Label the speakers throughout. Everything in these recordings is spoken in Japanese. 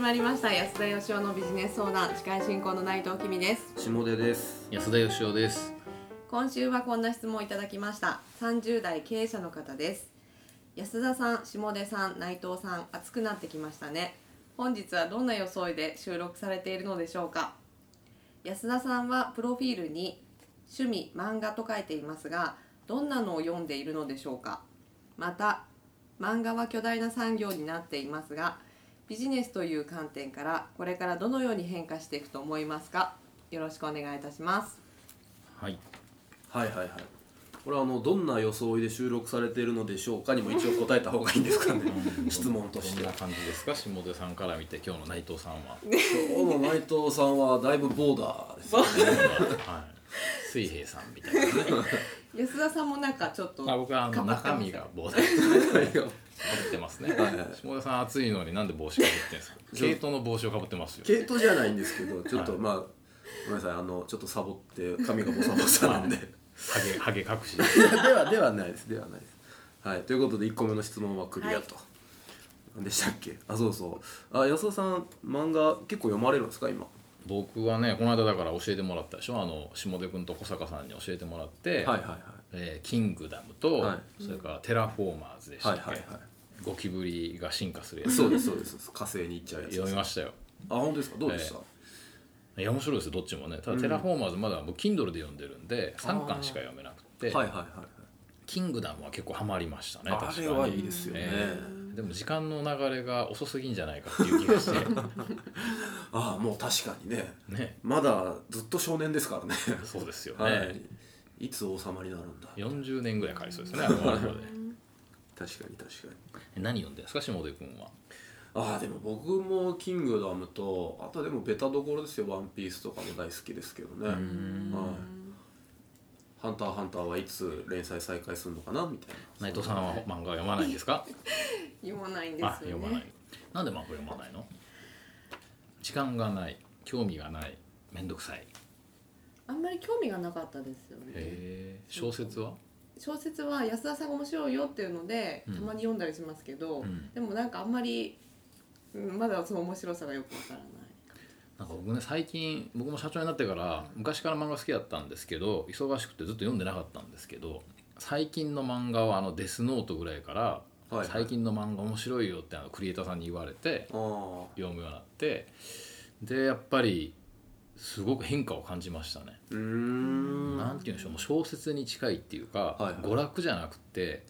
Speaker 1: まりました安田義生のビジネス相談司会進行の内藤君です
Speaker 2: 下出です
Speaker 3: 安田義雄です。
Speaker 1: 今週はこんな質問をいただきました30代経営者の方です安田さん下出さん内藤さん暑くなってきましたね本日はどんな装いで収録されているのでしょうか安田さんはプロフィールに趣味漫画と書いていますがどんなのを読んでいるのでしょうかまた漫画は巨大な産業になっていますがビジネスという観点からこれからどのように変化していくと思いますかよろしくお願いいたします
Speaker 3: はい。
Speaker 2: はいはいはいこれはあのどんな装いで収録されているのでしょうかにも一応答えた方がいいんですかね質問として
Speaker 3: どんな感じですか、下出さんから見て、今日の内藤さん は。
Speaker 2: 今日の内藤さんはだいぶボーダーですね
Speaker 3: はい。水平さんみたいな、ね。
Speaker 1: 安田さんもなんかちょっと
Speaker 3: まあ、僕はあ
Speaker 1: か
Speaker 3: の
Speaker 1: ぶってます
Speaker 3: 中身が棒だ。かぶってますね。
Speaker 2: はいはい
Speaker 3: 下出さん暑いのに、なんで帽子かぶってんですか。
Speaker 2: そう
Speaker 3: 毛糸の帽子をかぶってます よ。
Speaker 2: 系統じゃないんですけどちょっと
Speaker 3: はい
Speaker 2: まあごめんなさいあのちょっとサボって髪がボサボサなん で
Speaker 3: ハゲ、ハゲ隠し。
Speaker 2: ではではないですではないですはいということで1個目の質問はクリアと、何でしたっけあそうそうあ安田さん漫画結構読まれるんですか今
Speaker 3: 僕はね、この間だから教えてもらったでしょあの、下出君と小坂さんに教えてもらって。
Speaker 2: はいはいはい
Speaker 3: えーキングダムと、
Speaker 2: は
Speaker 3: それからテラフォーマーズでした
Speaker 2: は
Speaker 3: っ
Speaker 2: い
Speaker 3: け、
Speaker 2: はいは
Speaker 3: ゴキブリが進化するや
Speaker 2: い
Speaker 3: つ
Speaker 2: そうですそうです火星に行っちゃうやつです
Speaker 3: 読みましたよ
Speaker 2: あ本当ですかどうでした、
Speaker 3: えいや面白いですよどっちもねただ「テラフォーマーズ」まだ僕 Kindle で読んでるんで3巻しか読めなくて
Speaker 2: はいはいはい
Speaker 3: 「キングダム」は結構ハマりましたね
Speaker 2: はいあれ
Speaker 3: 確か
Speaker 2: はい
Speaker 3: に
Speaker 2: いですよね、
Speaker 3: えでも時間の流れが遅すぎんじゃないかっていう気 がして
Speaker 2: ああもう確かにね
Speaker 3: ね
Speaker 2: まだずっと少年ですから ね
Speaker 3: そうですよね、
Speaker 2: はいいつ王様になるんだ
Speaker 3: 40年ぐらいかかりそうですねあのままで
Speaker 2: 確かに確かに
Speaker 3: 何読んでるんですか下出君は
Speaker 2: ああでも僕も「キングダムと」あとでもベタどころですよ「ワンピースとかも大好きですけどね
Speaker 3: ん
Speaker 2: 「はいハンターハンター」はいつ連載再開するのかなみたいな
Speaker 3: 内藤さんは漫画読まないんで すか
Speaker 1: 読まないんですよね
Speaker 3: あ読まないなんで漫画読まないの時間がない興味がないめんどくさい
Speaker 1: あんまり興味がなかったですよね
Speaker 3: へえ小説は
Speaker 1: 小説は安田さんが面白いよっていうので
Speaker 3: うん
Speaker 1: たまに読んだりしますけど、
Speaker 3: うん
Speaker 1: でもなんかあんまりうんまだその面白さがよくわからな
Speaker 3: なんか僕ね最近僕も社長になってから昔から漫画好きだったんですけど忙しくてずっと読んでなかったんですけど最近の漫画はあのデスノートぐらいから、
Speaker 2: いはい
Speaker 3: 最近の漫画面白いよってあのクリエイターさんに言われて
Speaker 2: あー
Speaker 3: 読むようになってでやっぱりすごく変化を感じましたね。
Speaker 2: うーん
Speaker 3: なんて言うんでしょうもう小説に近いっていうか、
Speaker 2: はいはい
Speaker 3: 娯楽じゃなくて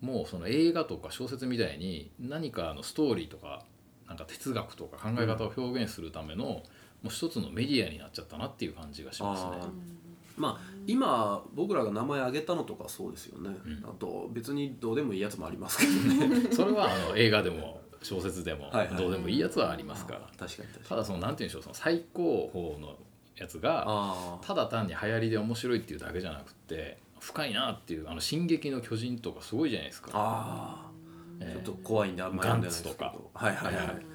Speaker 3: もうその映画とか小説みたいに何かあのストーリーとかなんか哲学とか考え方を表現するための、もう一つのメディアになっちゃったなっていう感じがしますね
Speaker 2: あ
Speaker 1: い、
Speaker 2: ー
Speaker 1: うん
Speaker 2: まあ今僕らが名前挙げたのとかそうですよね、
Speaker 3: うん
Speaker 2: あと別にどうでもいいやつもありますけどね
Speaker 3: それはあの映画でも小説でも
Speaker 2: はいはい
Speaker 3: どうでもいいやつはありますから、
Speaker 2: 確かに確
Speaker 3: た
Speaker 2: かに
Speaker 3: だそのなんて言うんでしょうその最高峰のやつが
Speaker 2: ああ
Speaker 3: ただ単に流行りで面白いっていうだけじゃなくて深いなっていう「あの進撃の巨人」とかすごいじゃないですか。
Speaker 2: あ
Speaker 3: え
Speaker 2: あ
Speaker 3: え
Speaker 2: ちょっと怖いんであんまり読んでないですけ
Speaker 3: ガンツ
Speaker 2: どはいはいはい、
Speaker 3: はいはい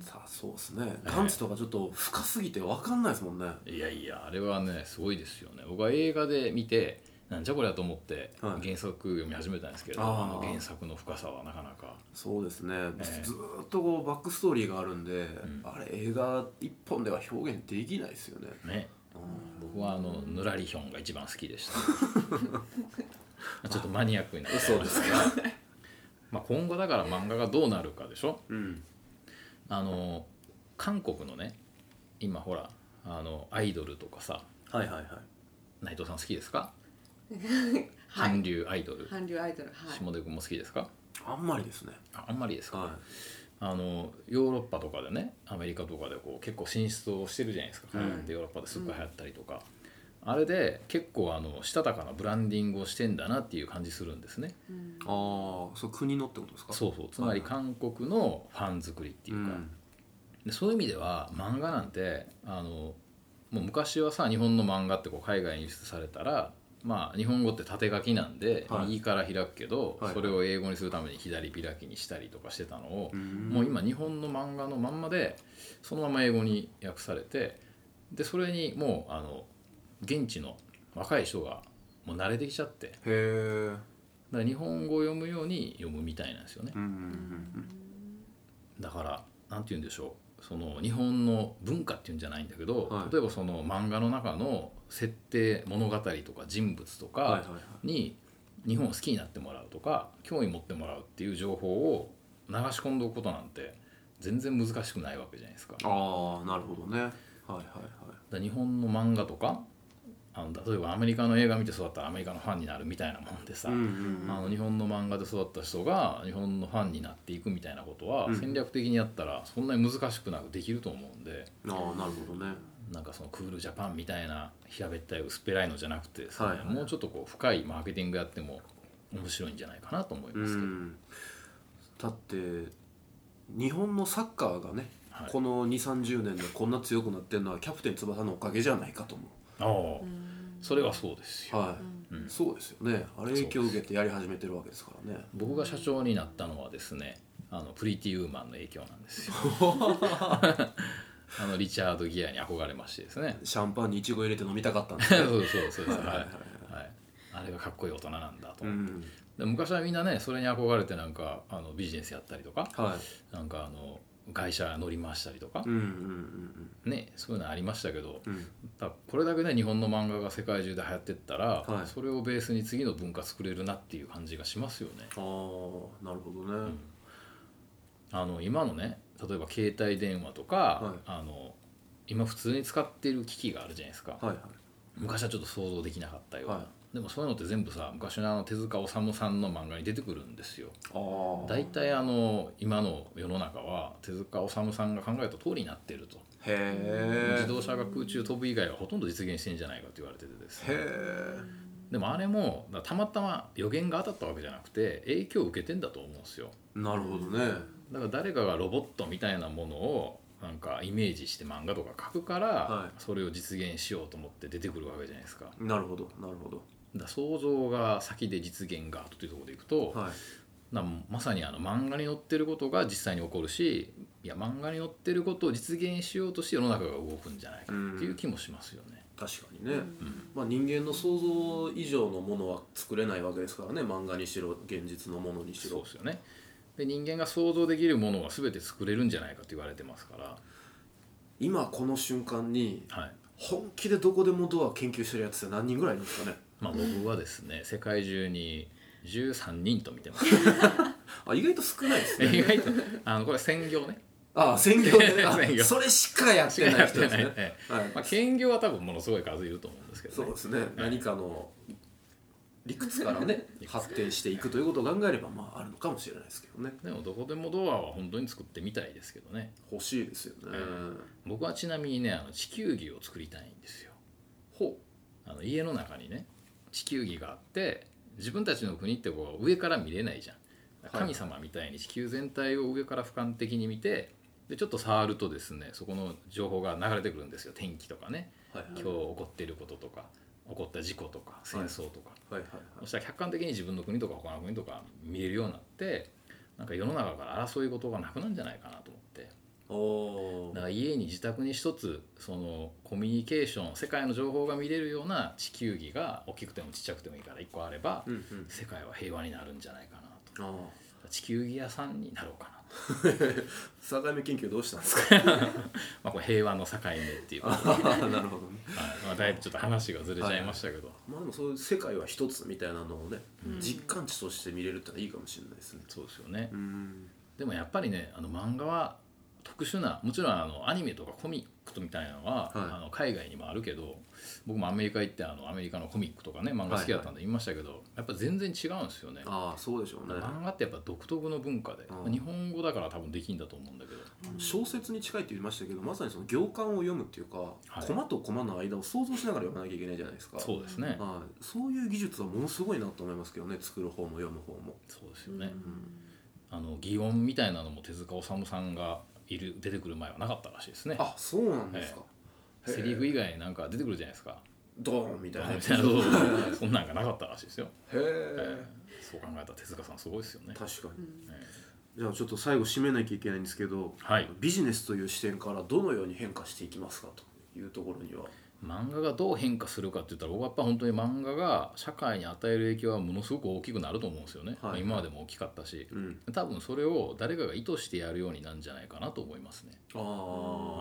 Speaker 2: さあそうですねガンツとかちょっと深すぎて分かんないですもんね、
Speaker 3: いやいやあれはねすごいですよね僕は映画で見てなんじゃこりゃと思って
Speaker 2: はい
Speaker 3: 原作読み始めたんですけど、
Speaker 2: あー
Speaker 3: あの原作の深さはなかなか
Speaker 2: そうですね、
Speaker 3: ええ
Speaker 2: ずーっとこうバックストーリーがあるんで、
Speaker 3: ん
Speaker 2: あれ映画一本では表現できないですよね、
Speaker 3: ね
Speaker 2: うん
Speaker 3: 僕はあのぬらりひょんが一番好き でしたちょっとマニアックになって
Speaker 2: そうです
Speaker 3: けどまあ今後だから漫画がどうなるかでしょ
Speaker 2: うん、
Speaker 3: あの韓国のね今ほらあのアイドルとかさ
Speaker 2: はいはいはい
Speaker 3: 内藤さん好きですか、
Speaker 1: はい
Speaker 3: 韓流アイドル、
Speaker 1: 韓流アイドルはい
Speaker 3: 下出君も好きですか
Speaker 2: あんまりですね
Speaker 3: ああんまりですか、
Speaker 2: は
Speaker 3: あのヨーロッパとかでねアメリカとかでこう結構進出をしてるじゃないですか、
Speaker 2: はい
Speaker 3: でヨーロッパですっごい流行ったりとか、あれで結構あのしたたかなブランディングをしてんだなっていう感じするんですね
Speaker 1: うん
Speaker 2: いああそう国のってことですか
Speaker 3: そうそうつまり韓国のファン作りっていうか、
Speaker 2: ん
Speaker 3: でそういう意味では漫画なんてあのもう昔はさ日本の漫画ってこう海外に輸出されたらまあ日本語って縦書きなんで、
Speaker 2: はい
Speaker 3: 右から開くけど、
Speaker 2: はい
Speaker 3: それを英語にするために左開きにしたりとかしてたのを、
Speaker 2: ん
Speaker 3: もう今日本の漫画のまんまでそのまま英語に訳されてでそれにもうあの現地の若い人がもう慣れてきちゃってだか
Speaker 2: へえ
Speaker 3: ら日本語を読むように読むみたいなんですよね
Speaker 2: うんうん
Speaker 3: だからなんて言うんでしょうその日本の文化っていうんじゃないんだけど、
Speaker 2: はい
Speaker 3: 例えばその漫画の中の設定物語とか人物と
Speaker 2: はい
Speaker 3: か
Speaker 2: はいはい
Speaker 3: に日本を好きになってもらうとか興味持ってもらうっていう情報を流し込んでおくことなんて全然難しくないわけじゃないですか。だか
Speaker 2: ああなるほどねはいはいはい
Speaker 3: ら日本の漫画とかあの例えばアメリカの映画見て育ったらアメリカのファンになるみたいなもんでさ、
Speaker 2: うんうん
Speaker 3: あの
Speaker 2: うん
Speaker 3: 日本の漫画で育った人が日本のファンになっていくみたいなことは
Speaker 2: うん
Speaker 3: 戦略的にやったらそんなに難しくなくできると思うんで、
Speaker 2: ああなるほどね
Speaker 3: なんかそのクールジャパンみたいな平べったい薄っぺらいのじゃなくてですね、
Speaker 2: はいはい
Speaker 3: もうちょっとこう深いマーケティングやっても面白いんじゃないかなと思いうますけど、
Speaker 2: んだって日本のサッカーがね、
Speaker 3: はい
Speaker 2: この2 3 0年でこんな強くなってるのはキャプテン翼のおかげじゃないかと思
Speaker 3: ああ
Speaker 1: ん
Speaker 3: それはそうです
Speaker 2: う、
Speaker 3: よ、
Speaker 2: は
Speaker 1: う
Speaker 2: い
Speaker 3: うん
Speaker 2: そうですよねあれ影響を受けてやり始めてるわけですからね
Speaker 3: 僕が社長になったのはですねあのプリティウーマンの影響なんで すよあのリチャード・ギアに憧れましてですね
Speaker 2: シャンパンにイチゴ入れて飲みたかったんです
Speaker 3: そう
Speaker 2: ね
Speaker 3: そうそうで
Speaker 2: はい
Speaker 3: す
Speaker 2: はいはい
Speaker 3: はい、あれがかっこいい大人なんだと、
Speaker 2: うん
Speaker 3: で昔はみんなねそれに憧れてなんかあのビジネスやったりとか
Speaker 2: はい
Speaker 3: なんかあの会社乗り回したりとか
Speaker 2: う、んうんうん
Speaker 3: ねそういうのありましたけど
Speaker 2: うんうん
Speaker 3: ただこれだけね日本の漫画が世界中で流行ってったら、
Speaker 2: はい
Speaker 3: それをベースに次の文化作れるなっていう感じがしますよね。
Speaker 2: ああなるほどね、
Speaker 3: うんあの今のね例えば携帯電話とか、
Speaker 2: はい
Speaker 3: あの今普通に使ってる機器があるじゃないですか、
Speaker 2: はいはい
Speaker 3: 昔はちょっと想像できなかったような、
Speaker 2: はい
Speaker 3: でもそういうのって全部さ昔のあの手塚治虫さんの漫画に出てくるんですよ。
Speaker 2: ああ
Speaker 3: 大体あの今の世の中は手塚治虫さんが考えた通りになってると、
Speaker 2: へえ
Speaker 3: 自動車が空中飛ぶ以外はほとんど実現してんじゃないかと言われててです
Speaker 2: へ
Speaker 3: ね
Speaker 2: え
Speaker 3: でもあれもだからたまたま予言が当たったわけじゃなくて影響を受けてんだと思うんですよ
Speaker 2: なるほどね
Speaker 3: だから誰かがロボットみたいなものをなんかイメージして漫画とか書くから、
Speaker 2: はい
Speaker 3: それを実現しようと思って出てくるわけじゃないですかだか
Speaker 2: なるほどなるほど
Speaker 3: ら想像が先で実現が後というところでいくと、
Speaker 2: はい
Speaker 3: なまさにあの漫画に載ってることが実際に起こるしいや漫画に載ってることを実現しようとして世の中が動くんじゃないかっていう気もしますよね。
Speaker 2: 確かにね、まあ、人間の想像以上のものは作れないわけですからね漫画にしろ現実のものにし
Speaker 3: そう
Speaker 2: ろ
Speaker 3: ですよねで人間が想像できるものは全て作れるんじゃないかと言われてますから、
Speaker 2: 今この瞬間に
Speaker 3: はい
Speaker 2: 本気でどこでもドア研究してるやつって何人ぐらいいるんですかね
Speaker 3: まあ、僕はですね世界中に13人と見てます。
Speaker 2: あ意外と少ないですね
Speaker 3: 意外とあのこれ専業ね。
Speaker 2: ああ専業 でねあ
Speaker 3: 専業
Speaker 2: それしかやってない人です
Speaker 3: しかや
Speaker 2: ね
Speaker 3: ってないえ
Speaker 2: はい、
Speaker 3: まあ、兼業は多分ものすごい数いると思うんですけど、
Speaker 2: そう
Speaker 3: ね
Speaker 2: で、すね何かの理屈から ね発展していくということを考えればまああるのかもしれないですけどね
Speaker 3: でもどこでもドアは本当に作ってみたいですけどね
Speaker 2: 欲しいですよね、
Speaker 3: 僕はちなみにねあの地球儀を作りたいんですよ
Speaker 2: ほ
Speaker 3: あの家の中にね地球儀があって自分たちの国ってこう上から見れないじゃん
Speaker 2: い
Speaker 3: 神様みたいに地球全体を上から俯瞰的に見てでちょっと触るとですねそこの情報が流れてくるんですよ天気とかね
Speaker 2: うはいは
Speaker 3: 今日起
Speaker 2: い
Speaker 3: こっていることとか起こった事故とか戦争とか、
Speaker 2: はいはい
Speaker 3: そしたら客観的に自分の国とか他の国とか見れるようになってなんか世の中から争い事がなくなんじゃないかなと思って
Speaker 2: おお
Speaker 3: だから家に自宅に一つそのコミュニケーション世界の情報が見れるような地球儀が大きくてもちっちゃくてもいいから1個あれば、
Speaker 2: うんうん
Speaker 3: 世界は平和になるんじゃないかなと
Speaker 2: ああ
Speaker 3: 地球儀屋さんになろうかなと、
Speaker 2: 境目研究どうしたんです か
Speaker 3: まあ、これ平和の境目っていう こと
Speaker 2: あ
Speaker 3: で、
Speaker 2: あなるほどね
Speaker 3: はいまあ、だいぶちょっと話がずれちゃいましたけど、
Speaker 2: まあでもそういう世界は一つみたいなのをね、
Speaker 1: うん
Speaker 2: 実感値として見れるってのはいいかもしれないですね
Speaker 3: そうですよね
Speaker 2: うん
Speaker 3: でもやっぱりねあの漫画は特殊なもちろんあのアニメとかコミックみたいなの
Speaker 2: はい
Speaker 3: は、あの海外にもあるけど僕もアメリカ行ってあのアメリカのコミックとかね漫画好きだったんで言いましたけど、やっぱ全然違うんですよね。
Speaker 2: ああそうでしょうね
Speaker 3: 漫画ってやっぱ独特の文化で、
Speaker 2: うん
Speaker 3: まあ日本語だから多分できんだと思うんだけど、
Speaker 2: 小説に近いって言いましたけどまさにその行間を読むっていうか、
Speaker 3: い
Speaker 2: コマとコマの間を想像しながら読まなきゃいけないじゃないですか
Speaker 3: そうですね、
Speaker 2: はい、そういう技術はものすごいなと思いますけどね作る方も読む方も
Speaker 3: そうですよね、あの擬音みたいなのも手塚治虫さんがいる出てくる前はなかったらしいですね
Speaker 2: あそうなんですか、へえ
Speaker 3: セリフ以外なんか出てくるじゃないで すか
Speaker 2: ドーンみたいなや
Speaker 3: み
Speaker 2: つ
Speaker 3: た
Speaker 2: へ
Speaker 3: いな そ うそうそんなんがなかったらしいですよ、
Speaker 2: え
Speaker 3: そう考えたら手塚さんすごいですよね、
Speaker 2: 確かに
Speaker 3: ええ
Speaker 2: じゃあちょっと最後締めなきゃいけないんですけど、
Speaker 3: はい
Speaker 2: ビジネスという視点からどのように変化していきますかというところには
Speaker 3: 漫画がどう変化するかって言ったら僕はやっぱ本当に漫画が社会に与える影響はものすごく大きくなると思うんですよね、
Speaker 2: はい
Speaker 3: 今までも大きかったし
Speaker 2: うん、
Speaker 3: 多分それを誰かが意図してやるようになんじゃないかなと思いますね、
Speaker 2: ああ、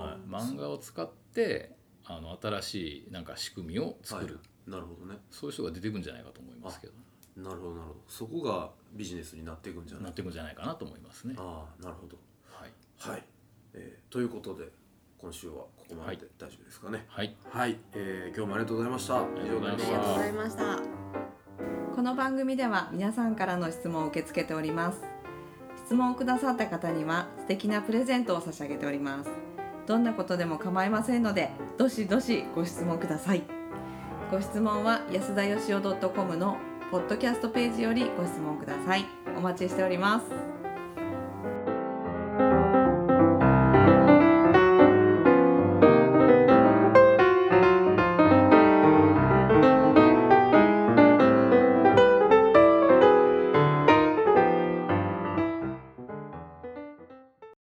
Speaker 3: は
Speaker 1: う
Speaker 3: い、
Speaker 1: ん
Speaker 3: 漫画を使ってあの新しいなんか仕組みを作る、
Speaker 2: はい、なるほどね
Speaker 3: そういう人が出てくんじゃないかと思いますけど
Speaker 2: なるほどなるほどそこがビジネスになっていくんじゃな
Speaker 3: ないってくんじゃないかなと思いますね、
Speaker 2: ああなるほど
Speaker 3: はい
Speaker 2: はい、えーということで今週はここまでで大丈夫ですかね
Speaker 3: はい、
Speaker 2: はい、えー今日もありがとうございました
Speaker 3: りがとうございま
Speaker 1: あ
Speaker 3: し
Speaker 1: り
Speaker 3: た
Speaker 1: がとうございました。この番組では皆さんからの質問を受け付けております。質問をくださった方には素敵なプレゼントを差し上げております。どんなことでも構いませんので、どしどしご質問ください。ご質問は安田よしお .com のポッドキャストページよりご質問ください。お待ちしております。